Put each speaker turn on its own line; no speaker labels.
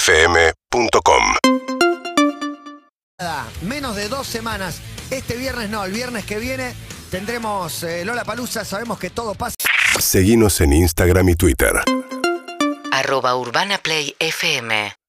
UrbanaPlayFM.com
Nada, menos de dos semanas. Este viernes no, el viernes que viene tendremos eh, Lola Palusa. Sabemos que todo pasa.
Seguinos en Instagram y Twitter.
arroba urbanaplayfm